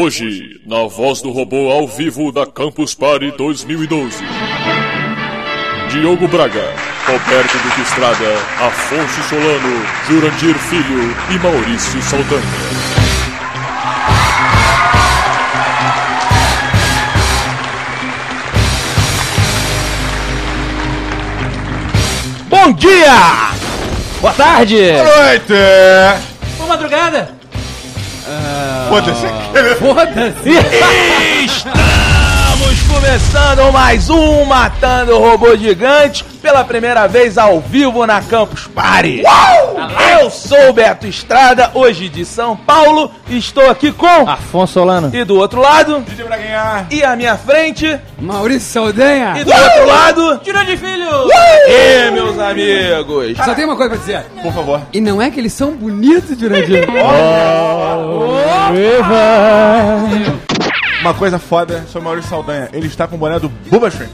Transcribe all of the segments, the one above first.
Hoje, na voz do robô ao vivo da Campus Party 2012. Diogo Braga, Roberto Duque Estrada, Afonso Solano, Jurandir Filho e Maurício Saldanha. Bom dia! Boa tarde! Noite! Boa madrugada! Foda-se. Foda-se! Estamos começando mais um Matando o Robô Gigante pela primeira vez ao vivo na Campus Party. Eu sou o Beto Estrada, hoje de São Paulo, e estou aqui com Afonso Solano. e do outro é. lado e à minha frente Maurício Saldanha! e do outro lado Tirou de filho! e meus amigos. Só tem uma coisa pra dizer. Por favor. E não é que eles são bonitos, Jurandir. Uma coisa foda sobre Maurício Saldanha. Ele está com o boné do Bubba Shrimp.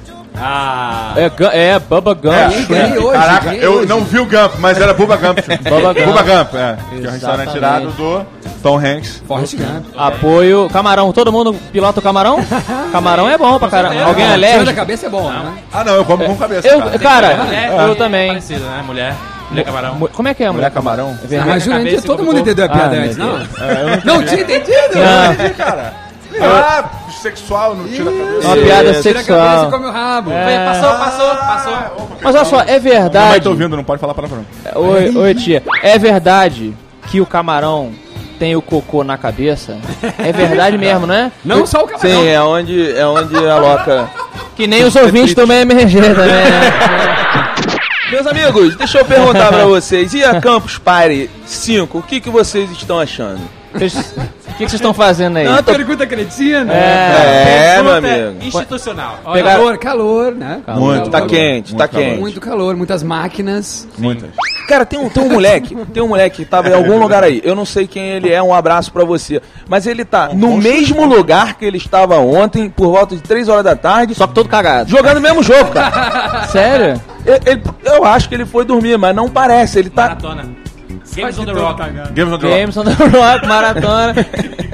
É, gu- é Bubba né? Gump. ganhei hoje, Caraca, ganhei eu hoje. não vi o Gump, mas era Bubba Gump. Shrimp. Bubba Gump. Bubba Gump, é. Que é um restaurante Exatamente. tirado do Tom Hanks. Forte Gump. Apoio. Camarão. Todo mundo pilota o camarão? Camarão é bom pra caramba. Alguém é Tirando a alérgico? cabeça é bom, né? Ah, não, eu como com cabeça. Eu, Mulher, cara, eu mulher também. É. Parecida, né? Mulher. Mulher camarão. Mu- Como é que é, Mulher mulher? camarão. Ah, mas Jurandir, cabeça, todo como mundo tô. entendeu a piada Ah, antes, meu é, não? Não tinha entendido? né? Não. Entendi, cara. Ah, sexual, não tira a cabeça. É Uma piada Tira a cabeça e sexual. come o rabo. Foi, Passou, passou, passou. Mas olha só, é Minha mãe tá verdade. ouvindo, não pode falar palavrão. Oi, oi, tia. É verdade que o camarão tem o cocô na cabeça? É verdade mesmo, né? Não só o camarão. é onde é onde aloca. Que nem é os ouvintes também me rejeitam, né? Meus amigos, deixa eu perguntar pra vocês. E a Campus Party 5, o que, que vocês estão achando? Vocês- O que que vocês estão fazendo aí? Ah, pergunta cretina. É, meu Pergunta amigo. Institucional. Olha, Pegar- Calor, calor, né? Muito, tá calor. quente, tá Muito calor. quente. Muito calor, muitas máquinas. Muitas. Cara, tem um, tem um moleque, tem um moleque que tava em algum lugar aí. Eu não sei quem ele é, um abraço pra você. Mas ele tá no mesmo lugar que ele estava ontem, por volta de 3 horas da tarde, Só que todo cagado. jogando o mesmo jogo, cara. tá- Sério? Ele- ele- eu acho que ele foi dormir, mas não parece. Ele tá. Maratona. Games on the Rock. Games on the Rock. Jameson da Rock, maratona.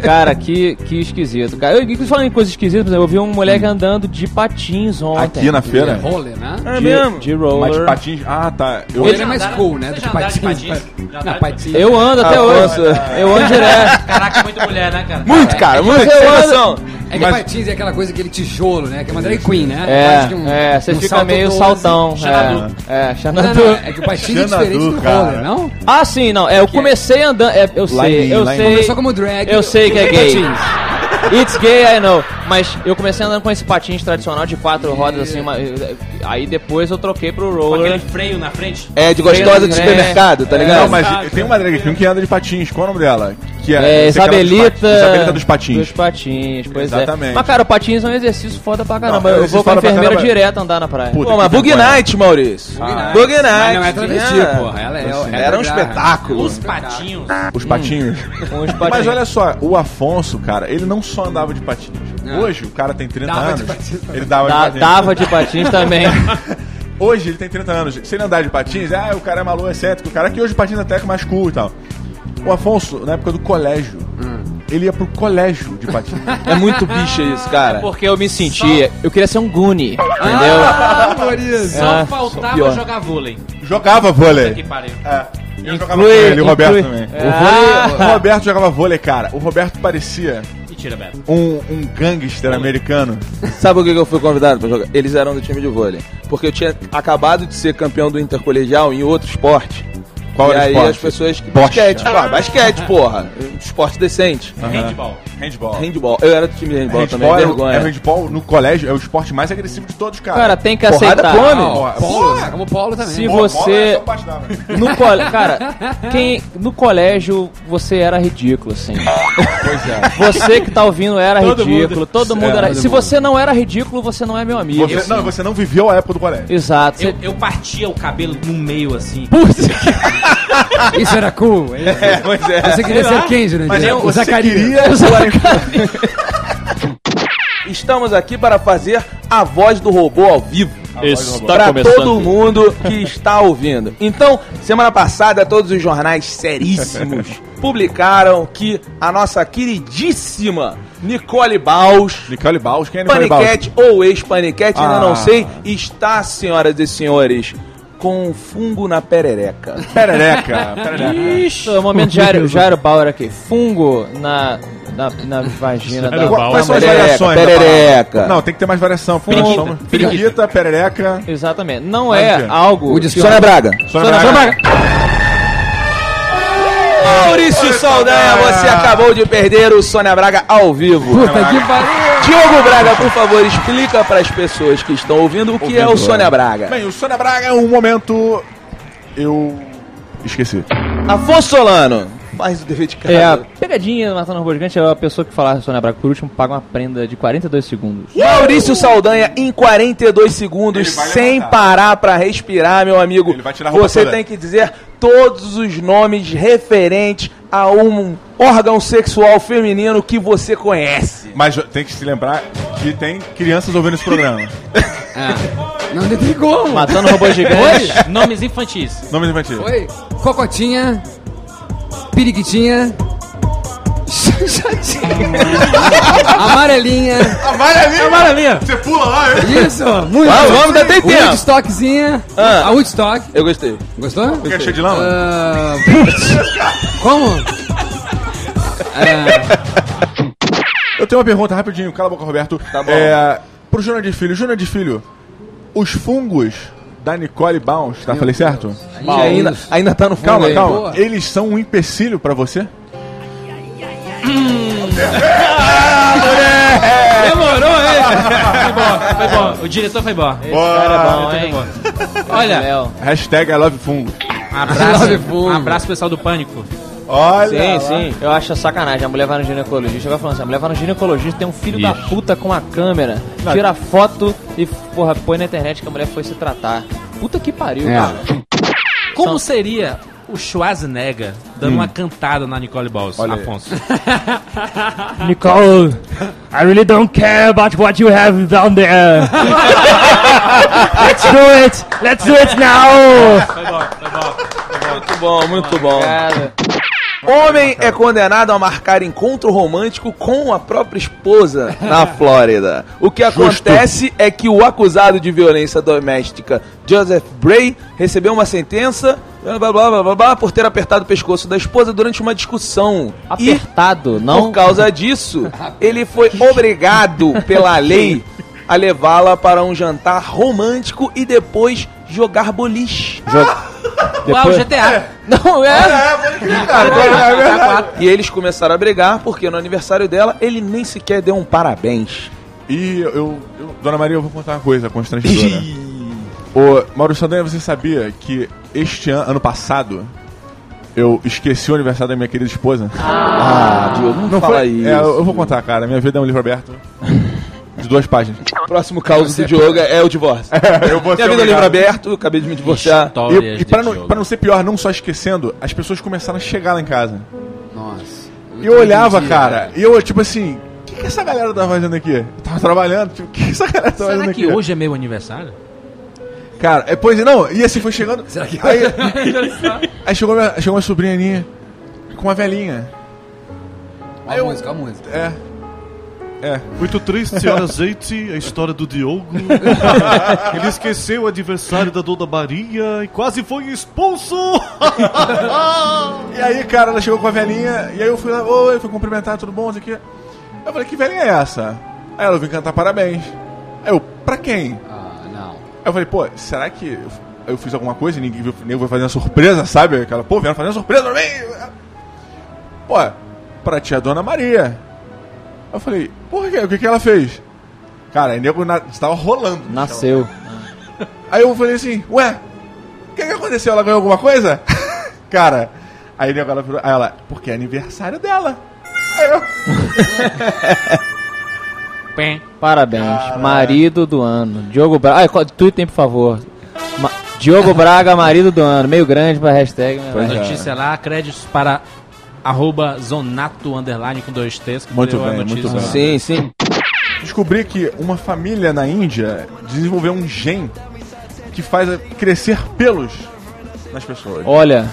Cara, que, que esquisito, cara. Eu, inclusive, falando em coisas esquisitas, por exemplo, eu vi um moleque andando de patins ontem. Aqui na feira. Roller, né? É de, mesmo? de Mas roller. patins. Ah, tá. Eu Roller já é mais andaram- cool, né? vocês Do já que andaram de patins. patins? Já Não, andaram de patins. é- Eu ando até Afonso. hoje. Eu ando direto. Caraca, muito mulher, né, cara? Muito, cara, muito. Mas eu sem ando- noção. É que Mas- patins é aquela coisa, aquele tijolo, né? Que é uma drag queen, né? Quase que um- É, é, você um fica salto meio 12. saltão. Xanadu. Um É, é Não, não, Xanadu. não, é que o patins é diferente do Xanadu, cara. roller, não? Ah, sim, não. É, eu comecei andando. É, eu Lá em- sei, eu lá em- sei. Começou como drag. Eu sei que é gay. Patins. It's gay, I know. Mas eu comecei andando com esse patins tradicional de quatro rodas, assim. uma- aí depois eu troquei pro Com aquele roller. freio na frente. É, de gostosa de É. supermercado, tá ligado? Não, mas tem uma drag queen que anda de patins. Qual é o nome dela? Que É, eu sei que ela dos Isabelita. patins. Isabelita dos patins. Dos patins, pois Exatamente. é. Mas, cara, o patins é um exercício foda pra Não, caramba. é um eu vou exercício com a foda pra enfermeira caramba. direto andar na praia. Puta Pô, mas que Bug vergonha. Night, Maurício. Bug Night. Mas não é travesti, tinha- porra. Ela é, ela Era um da- espetáculo. Os patinhos. Os patinhos. Hum. Com os patins. Mas olha só, o Afonso, cara, ele não só andava de patins. É. Hoje, o cara tem 30 Dava de anos. patins também. ele dava Da- de patins. dava de patins também. Hoje ele tem 30 anos. Se ele andar de patins, ah, o cara é maluco, é cético. O cara que hoje patins até é mais cool e tal. O Afonso, na época do colégio, Hum. ele ia pro colégio de patins. É muito bicha isso, cara. Porque eu me sentia. Eu queria ser um Goonie, entendeu? Ah, por isso. Só Ah, faltava pior. jogar vôlei. jogava Que vôlei. pariu. É. Eu jogava Inclui- vôlei, o Roberto inclui- também. Ah. O Roberto jogava vôlei, cara. O Roberto parecia Mentira, Beto. um, um gangster americano. Sabe o que que eu fui convidado pra jogar? Eles eram do time de vôlei. Porque eu tinha acabado de ser campeão do intercolegial em outro esporte. Qual e era o aí esporte? as pessoas. Bocha. Basquete, pô, basquete, porra. Esporte decente. Handball. Handball. Handball. Eu era do time de handball, Handball também, é, o- é vergonha. handball no colégio é o esporte mais agressivo de todos, cara. Cara, tem que Porrada aceitar. come. Porra, Polo, né? Como polo também. Se Bola- bola você- é só parte da área. No cole... Cara, quem... no colégio você era ridículo, assim. Pois é. Você que tá ouvindo era Todo ridículo. Todo mundo É, era. todo Se você não era ridículo, você não é meu amigo. Você, não, você não viveu a época do colégio. Exato. Você- Eu, eu partia o cabelo no meio, assim. Isso era cool. é isso. Pois é. Você queria Sei lá. ser né, quem, Mas Jurandir? eu, O você Zacarias. queria... Estamos aqui para fazer a voz do robô ao vivo. Está para todo mundo que está ouvindo. Então, semana passada, todos os jornais seríssimos publicaram que a nossa queridíssima Nicole Baus, Nicole Baus, quem é Nicole Baus? Paniquete ou ex-paniquete, ainda Ah. não sei, está, senhoras e senhores, com um fungo na perereca. Perereca, perereca. Isso, é o momento Jairo, Jairo Bauer aqui. Fungo na, na, na vagina da Qu- Quais são as Perereca, variações? da perereca. palavra? Não, tem que ter mais variação. Periquita, Função, periquita, perereca. Exatamente. Não é Mas o quê? algo. O de que- Sônia Braga. Sônia Braga. Maurício Saldanha, você acabou de perder o Sônia Braga ao vivo. Puta que pariu! Diogo Braga, por favor, explica para as pessoas que estão ouvindo o que é o Sônia Braga. Bem, o Sônia Braga é um momento. Eu. Esqueci. Afonso Solano, faz o dever de casa. É a pegadinha do Matando Robô Gigante é a pessoa que falar Sônia Braga por último paga uma prenda de 42 segundos. É Maurício Saldanha em 42 segundos, Ele vai sem levantar. parar pra respirar, meu amigo. Ele vai tirar a roupa Você toda. tem que dizer todos os nomes referentes a um órgão sexual feminino que você conhece. Mas tem que se lembrar que tem crianças ouvindo esse programa. Não, não tem como. Tá Matando Robô Gigante. Nomes infantis. Nome infantil. Oi, Cocotinha, Periquitinha, Chatinha, Amarelinha, Maravilha. Você pula lá, eu. isso, muito Ah, vamos, ainda tem tempo. Woodstockzinha, Ah. a Woodstock, Eu gostei. gostou? Fica cheio de lama? Ah, como? Ah, Eu tenho uma pergunta rapidinho, cala a boca, Roberto. Tá bom. É, pro Júnior de Filho, Júnior de Filho, os fungos da Nicole Bounce, tá? Falei certo? Que ainda, ainda tá no fundo. Calma, aí. calma. boa. Eles são um empecilho pra você? Demorou, hein? Foi bom, foi bom. O diretor foi bom. Boa. Ah, É, Bom, hein? Olha, tá Léo. Hashtag I love fungos. abraço, Love Fogo. um abraço pessoal do Pânico. Olha. Sim, sim. tá Eu acho sacanagem. A mulher vai no ginecologista. Vai falando assim: a mulher vai no ginecologista, tem um filho da puta com a câmera, tira foto e, porra, põe na internet que a mulher foi se tratar. Puta que pariu, É. cara. Como seria o Schwarzenegger dando uma cantada na Nicole Balls, Olha aí. Afonso? Nicole, I really don't care about what you have down there. Let's do it! Let's do it now! Muito bom, muito bom. Homem é condenado a marcar encontro romântico com a própria esposa na Flórida. O que acontece é que o acusado de violência doméstica, Joseph Bray, recebeu uma sentença blá, blá, blá, blá, blá, blá, por ter apertado o pescoço da esposa durante uma discussão. E, Apertado, por não? causa disso, ele foi obrigado pela lei a levá-la para um jantar romântico e depois jogar boliche. Lá o GTA. Não, é. Tá E eles começaram a brigar porque no aniversário dela ele nem sequer deu um parabéns. E eu, eu- Dona Maria, eu vou contar uma coisa constrangedora. Ô, Maurício Saldanha, você sabia que este ano, ano passado, eu esqueci o aniversário da minha querida esposa? Ah, Diogo, não, fala isso. É, eu, eu vou contar, cara. Minha vida é um livro aberto. De duas páginas. O próximo caos do Diogo é o divórcio. eu vou Minha vida é livro aberto, acabei de me divorciar. Histórias E, e pra, de não, Diogo. pra não ser pior, não só esquecendo, as pessoas começaram a chegar lá em casa. nossa. E eu olhava, é. cara, e eu, tipo assim, o que, que essa galera tá fazendo aqui? Eu tava trabalhando, tipo, o que, que essa galera tá fazendo Será aqui? que hoje é meu aniversário? Cara, é, pois é, não, e assim foi chegando. Será que aí, aí chegou, minha, chegou minha sobrinha Aninha com uma velhinha. Olha a música, olha a música. É. É. Muito triste, olha, gente, é a história do Diogo. Ele esqueceu o adversário da Dona Maria e quase foi expulso. E aí, cara, ela chegou com a velhinha, e aí eu fui lá, oi, fui cumprimentar, tudo bom, isso aqui. Eu falei, que velhinha é essa? Aí ela, eu vim cantar parabéns. Aí eu, pra quem? Ah, não. Aí eu falei, pô, será que eu- eu fiz alguma coisa e ninguém viu, nem vai fazer uma surpresa, sabe? Aquela, pô, vieram fazer uma surpresa pra mim. Pô, pra tia Dona Maria. Eu falei, por quê? O que, que ela fez? Cara, aí nego na- estava rolando. Nasceu. Aí eu falei assim, ué, o que, que aconteceu? Ela ganhou alguma coisa? Cara, aí nego ela virou, aí ela, porque é aniversário dela. Aí eu, Pem. Parabéns. Marido do ano. Diogo Braga. Ah, co- tweetem, por favor. Ma- Diogo Braga, marido do ano. Meio grande pra hashtag. né? Pois é. Notícia lá, créditos para arroba zonato underline com dois T's. que Muito deu a bem, muito notícia. bem. é. Sim, sim. descobri que uma família na Índia desenvolveu um gene que faz a- crescer pelos nas pessoas. Olha,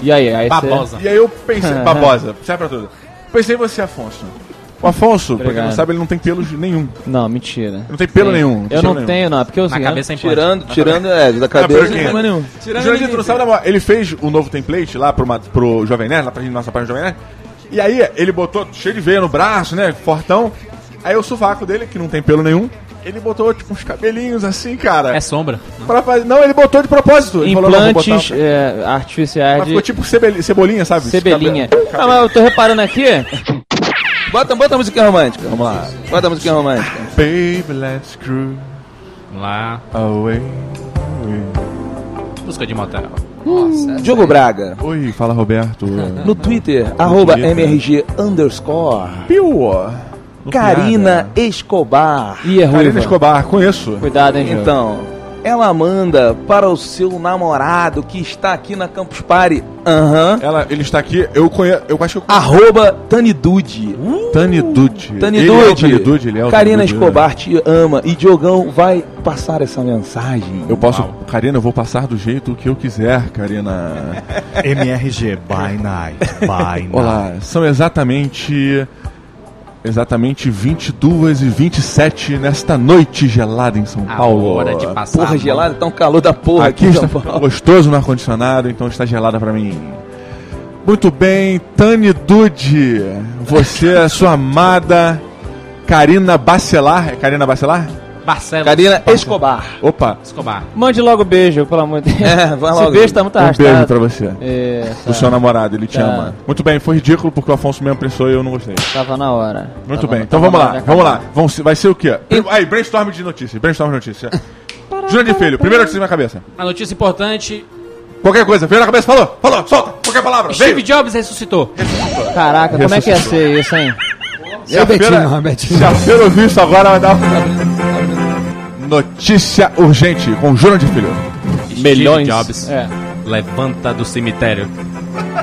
E aí, aí você- Babosa. E aí eu pensei, babosa, serve pra tudo. Pensei em você, Afonso. O Afonso, pra quem não Obrigado. sabe, ele não tem pelos nenhum. Não, mentira. Não tem pelo nenhum. Eu pelo não nenhum. tenho, não. Porque eu né? Na cabeça é Tirando, tirando, é, Ah, da cabeça. porque- Não tem nenhum. O Jurandir, tu não sabe, na moral, ele fez o novo template lá pro, ma- pro Jovem Nerd, lá pra gente, nossa página do Jovem Nerd. E aí ele botou cheio de veia no braço, né? Fortão. Aí o sovaco dele, que não tem pelo nenhum, ele botou tipo uns cabelinhos assim, cara. É sombra. pra fazer- Não, ele botou de propósito. Ele falou, não, vou botar um- Implantes é, artificiais Mas de ficou tipo cebeli- cebolinha, sabe? cebelinha. Cabelo- Não, mas eu tô reparando aqui. Bota, bota a musiquinha romântica. Vamos lá. Bota a musiquinha romântica. Baby, let's cruise Vamos lá. away. Música de motel. Diogo Braga. Oi, fala Roberto. No Twitter, arroba Twitter. MRG underscore. Piu, Karina Escobar. é. Ih, é Karina ruiva. Escobar, conheço. Cuidado, hein, Então. Então, ela manda para o seu namorado que está aqui na Campus Party. Aham. Ela, ele está aqui, eu conheço, eu acho que eu conheço. Arroba Tanidude. Tani Dude. Tani Ele é o Tani Dude, ele Dude. é o Karina Tani Dude, né? Escobar te ama e Diogão vai passar essa mensagem. Eu posso. Karina, eu vou passar do jeito que eu quiser, Karina. MRG, by night, by night. Olá, são exatamente. Exatamente 22 e 27 nesta noite gelada em São Paulo. Hora de passar. a Porra, mão. gelada, tá um calor da porra aqui, Aqui em está São Paulo. gostoso no ar-condicionado, então está gelada pra mim. Muito bem, Tani Dude. Você, é a sua amada Karina Bacelar. É Karina Bacelar? Barcelos Karina Escobar. Opa, Escobar. Mande logo beijo, pelo amor de Deus. É, vai logo. Esse beijo tá muito um arrastado. beijo pra você. É, O seu namorado, ele te Tá. ama. Muito bem, foi ridículo porque o Afonso mesmo pensou e eu não gostei. tava na hora. Muito Tava- bem, então tava vamos na lá, hora. vamos lá. Vão se- vai ser o quê? Prim- Aí, brainstorm de notícias, brainstorm de notícias. Jurandir Filho, primeira notícia na minha cabeça. Uma notícia importante. Qualquer coisa, veio na cabeça, falou, falou, solta, qualquer É palavra, veio. Steve Jobs ressuscitou. Caraca, como é que ia ser isso, hein? Se a feira, é Betinho, Betinho. se a feira ouvir isso agora, vai dar um... Notícia urgente com Jurandir Filho. Melhores. Jobs É. levanta do cemitério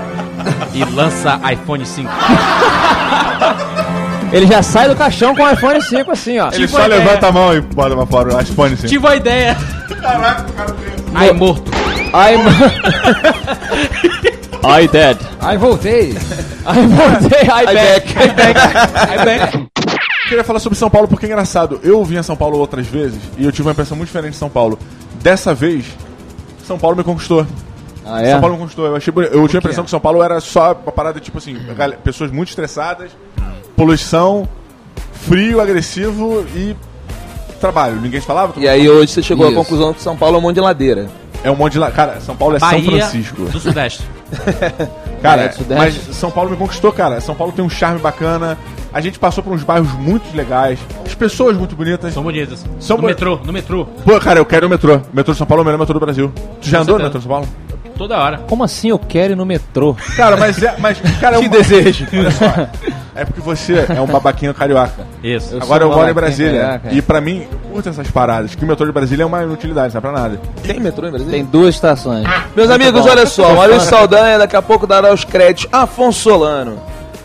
e lança iPhone 5. Ele já sai do caixão com o iPhone 5 assim, ó. Ele só levanta a mão e bota pra fora o iPhone, sim. Tive a ideia. Ai, morto. Ai, mano. Ai, dead. Aí voltei. Ai, voltei. Ai, back. Ai, back. Eu queria falar sobre São Paulo porque é engraçado. Eu vim a São Paulo outras vezes e eu tive uma impressão muito diferente de São Paulo. Dessa vez, São Paulo me conquistou. Ah, é? São Paulo me conquistou. Eu, achei bonito. eu tinha a impressão que São Paulo era só uma parada tipo assim: gal- pessoas muito estressadas, poluição, frio, agressivo e trabalho. Ninguém se falava? é- todo E aí hoje você chegou Isso. à conclusão que São Paulo é um monte de ladeira. mundo- É um monte de. La... Cara, São Paulo é São Bahia Francisco. do Sudeste. Cara, É, do Sudeste. mas São Paulo me conquistou, cara. São Paulo tem um charme bacana. A gente passou por uns bairros muito legais, as pessoas muito bonitas. São bonitas. São no bo- metrô, no metrô. Pô, cara, eu quero o metrô. O metrô de São Paulo é o melhor metrô do Brasil. Tu já andou no certeza. metrô de São Paulo? Toda hora. Como assim eu quero ir no metrô? Cara, mas é. Mas, cara, é um... desejo. Olha só. É porque você é um babaquinho carioca. Isso. Eu sou Agora eu um moro em babaquinho Brasília. carioca. E pra mim, curta essas paradas. Que o metrô de Brasília é uma inutilidade, não é pra nada. Tem metrô em Brasília? Tem duas estações. Meus amigos, bom. olha só, Maurício Saldanha daqui a pouco dará os créditos. Afonso Solano,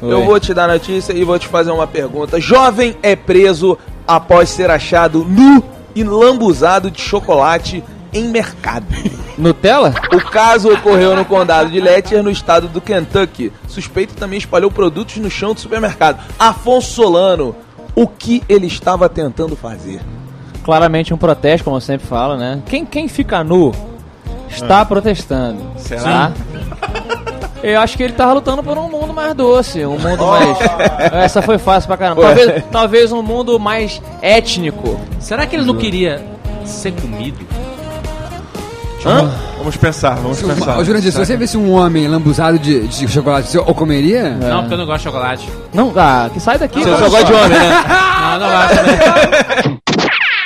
Oi. eu vou te dar notícia e vou te fazer uma pergunta. Jovem é preso após ser achado nu e lambuzado de chocolate em mercado. Nutella? O caso ocorreu no condado de Letcher, no estado do Kentucky. Suspeito também espalhou produtos no chão do supermercado. Afonso Solano, o que ele estava tentando fazer? Claramente um protesto, como eu sempre falo, né? Quem, quem fica nu está protestando. Será? Eu acho que ele tava lutando por um mundo mais doce, um mundo mais. Essa foi fácil pra caramba. Talvez, talvez um mundo mais étnico. Será que ele não queria ser comido? Vamos pensar, vamos Se uma- pensar. Tá. Ô, Jurandir, se você visse um homem lambuzado de, de chocolate, você ou comeria? Não, porque eu não gosto de chocolate. Não, ah, que sai daqui. Você cara. só gosta de homem, né? Não, eu não gosto. né?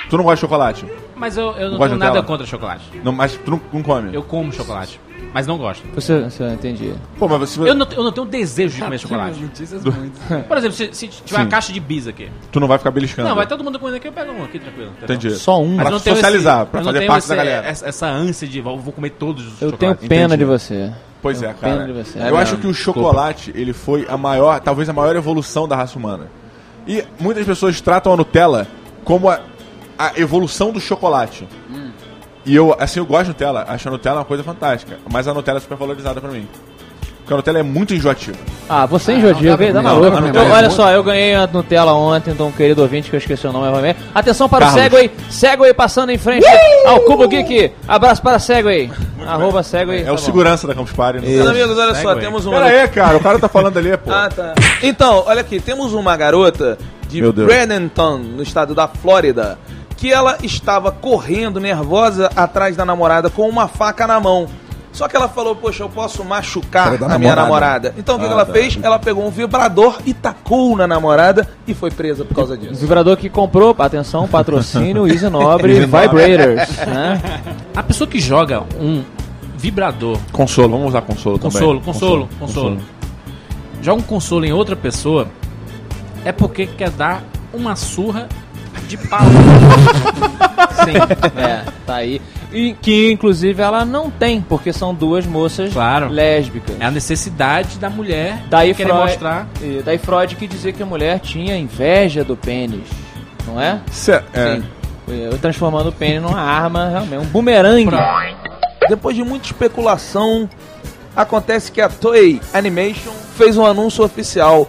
Tu não gosta de chocolate. Mas eu, eu não tenho gosta de nada Nutella? contra chocolate. Não, mas tu não, não come. Eu como chocolate, mas não gosto. Você, você entendi. Pô, mas você, Eu não, eu não tenho desejo de comer chocolate. Notícias muito. Por exemplo, se, se tiver uma caixa de bis aqui. tu não vai ficar beliscando. Não, vai todo mundo comendo aqui, eu pego um aqui tranquilo. entendeu? Entendi. Só um. Mas Pra eu não tenho socializar, pra eu não fazer tenho parte da esse- galera. Essa, essa ânsia de vou vou comer todos os Eu tenho chocolates. pena entendi. de você. Pois é, cara. pena de você. Eu É acho mesmo. que o chocolate, ele foi a maior, talvez a maior evolução da raça humana. E muitas pessoas tratam a Nutella como a, a evolução do chocolate. E eu, assim, eu gosto de Nutella, acho a Nutella uma coisa fantástica, mas a Nutella é super valorizada pra mim. Porque a Nutella é muito enjoativa. Ah, você enjoadinho, dá pra veio, tá comer, maluco. não dá pra Eu- comer. olha só, eu ganhei a Nutella ontem de um querido ouvinte que eu esqueci o nome novamente. Atenção para o Segway, Segway passando em frente ao Cubo Geek. Abraço para Segway, arroba Segway. É o segurança da Campus Party. Né? Meus amigos, olha só, temos um uma. Pera aí, cara, o cara tá falando ali, pô. Ah, tá. Então, olha aqui, temos uma garota de Meu Deus. Bradenton, no estado da Flórida, que ela estava correndo nervosa atrás da namorada com uma faca na mão. Só que ela falou, poxa, eu posso machucar Cara, da a minha namorada. namorada. Então o que Ah, que ela tá. fez? Ela pegou um vibrador e tacou na namorada e foi presa por causa O disso. vibrador que comprou, atenção, patrocínio, Easy Nobre, Vibrators, né? A pessoa que joga um vibrador, Consolo, vamos usar consolo, consolo, também. consolo, consolo, joga um consolo em outra pessoa, é porque quer dar uma surra de pau. Sim. É, tá aí. E que inclusive ela não tem, porque são duas moças Claro. lésbicas. É a necessidade da mulher Daí querer Freud, mostrar. e daí Freud que dizia que a mulher tinha inveja do pênis, não é? Cê- é. Sim. Eu transformando o pênis numa arma, realmente, um bumerangue. Depois de muita especulação, acontece que a Toei Animation fez um anúncio oficial.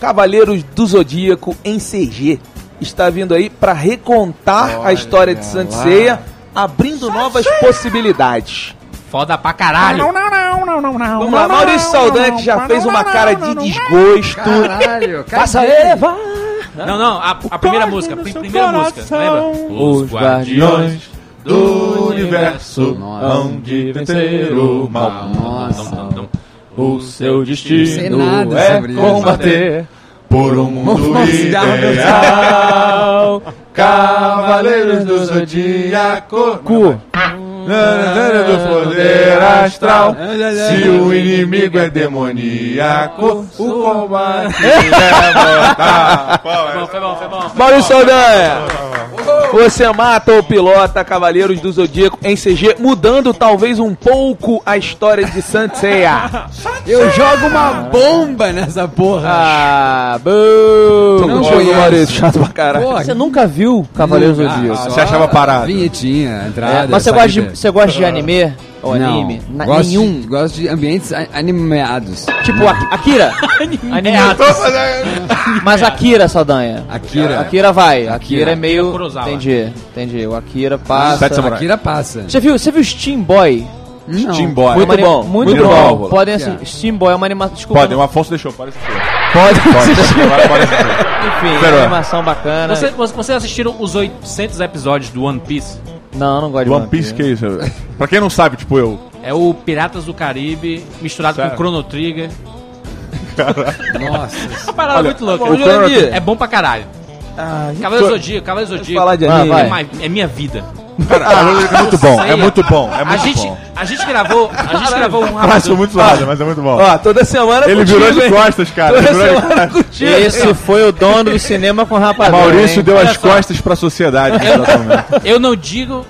Cavaleiros do Zodíaco em CG está vindo aí para recontar a história de Santa Ceia, abrindo novas possibilidades. Foda pra É. caralho. Ah, Vamos lá, Maurício Saudante já fez uma cara de desgosto. Caralho, cara. Passa Eva! Não, não, a, a primeira música, a primeira música, lembra? Os guardiões Do universo vão de vencer o mal. Nossa. o seu Sei destino nada sobre isso. combater Por um mundo ao Cavaleiros do Zodíaco cu. Nananana do poder astral Se o inimigo é demoníaco O combate Maurício Saldanha, você mata ou pilota Cavaleiros do Zodíaco em CG, mudando talvez um pouco a história de Santa Ceia. Eu jogo uma bomba nessa porra. Ah, boo! Não Boo, conhece. Maurício, chato pra caralho. Porra, Você nunca viu Cavaleiros do Zodíaco? Você achava parado. Ah, Vinhetinha, entrada. É, mas você saída. gosta, de, você gosta de anime? Ou Não, anime? Na- gosto nenhum. De, gosto de ambientes a- animados. Tipo, Ak- Akira. Animatos. Mas Akira, Saldanha. Akira. Akira vai. Akira, é meio... Kurosawa. Entendi, entendi. O Akira passa... Sete Samurai. Akira passa. Você viu, você viu Steam Boy? Não. Tim Boy. É uma anima- bom, Muito, muito bom. bom. Podem assistir. Steam Boy é uma animação... Desculpa. Pode, o Afonso deixou, pode assistir. pode, Pode, assistir. pode, pode assistir. Enfim, Pera. é uma animação bacana. Você- você- vocês assistiram os 800 episódios do One Piece? Não, não gosto de One Piece, que é isso? Pra quem não sabe, tipo eu É o Piratas do Caribe misturado Sério? com Chrono Trigger. Nossa. Uma parada é Olha, muito louca. o Chrono Trigger- É bom pra caralho. Cavaleiro Zodíaco, Cavaleiro Zodíaco. falar de é, anime. ma- é minha vida. Cara, é muito bom, é Saia. muito bom, é a muito gente, bom a gente gravou, a gente gravou um Mas rápido. foi muito zoado, mas é muito bom Ó, Ah, toda semana Ele contigo, virou de hein? costas, cara ele Toda virou de semana costas. contigo. Esse foi o dono do cinema com rapadura, Maurício hein? deu as costas pra sociedade nesse momento. Eu não digo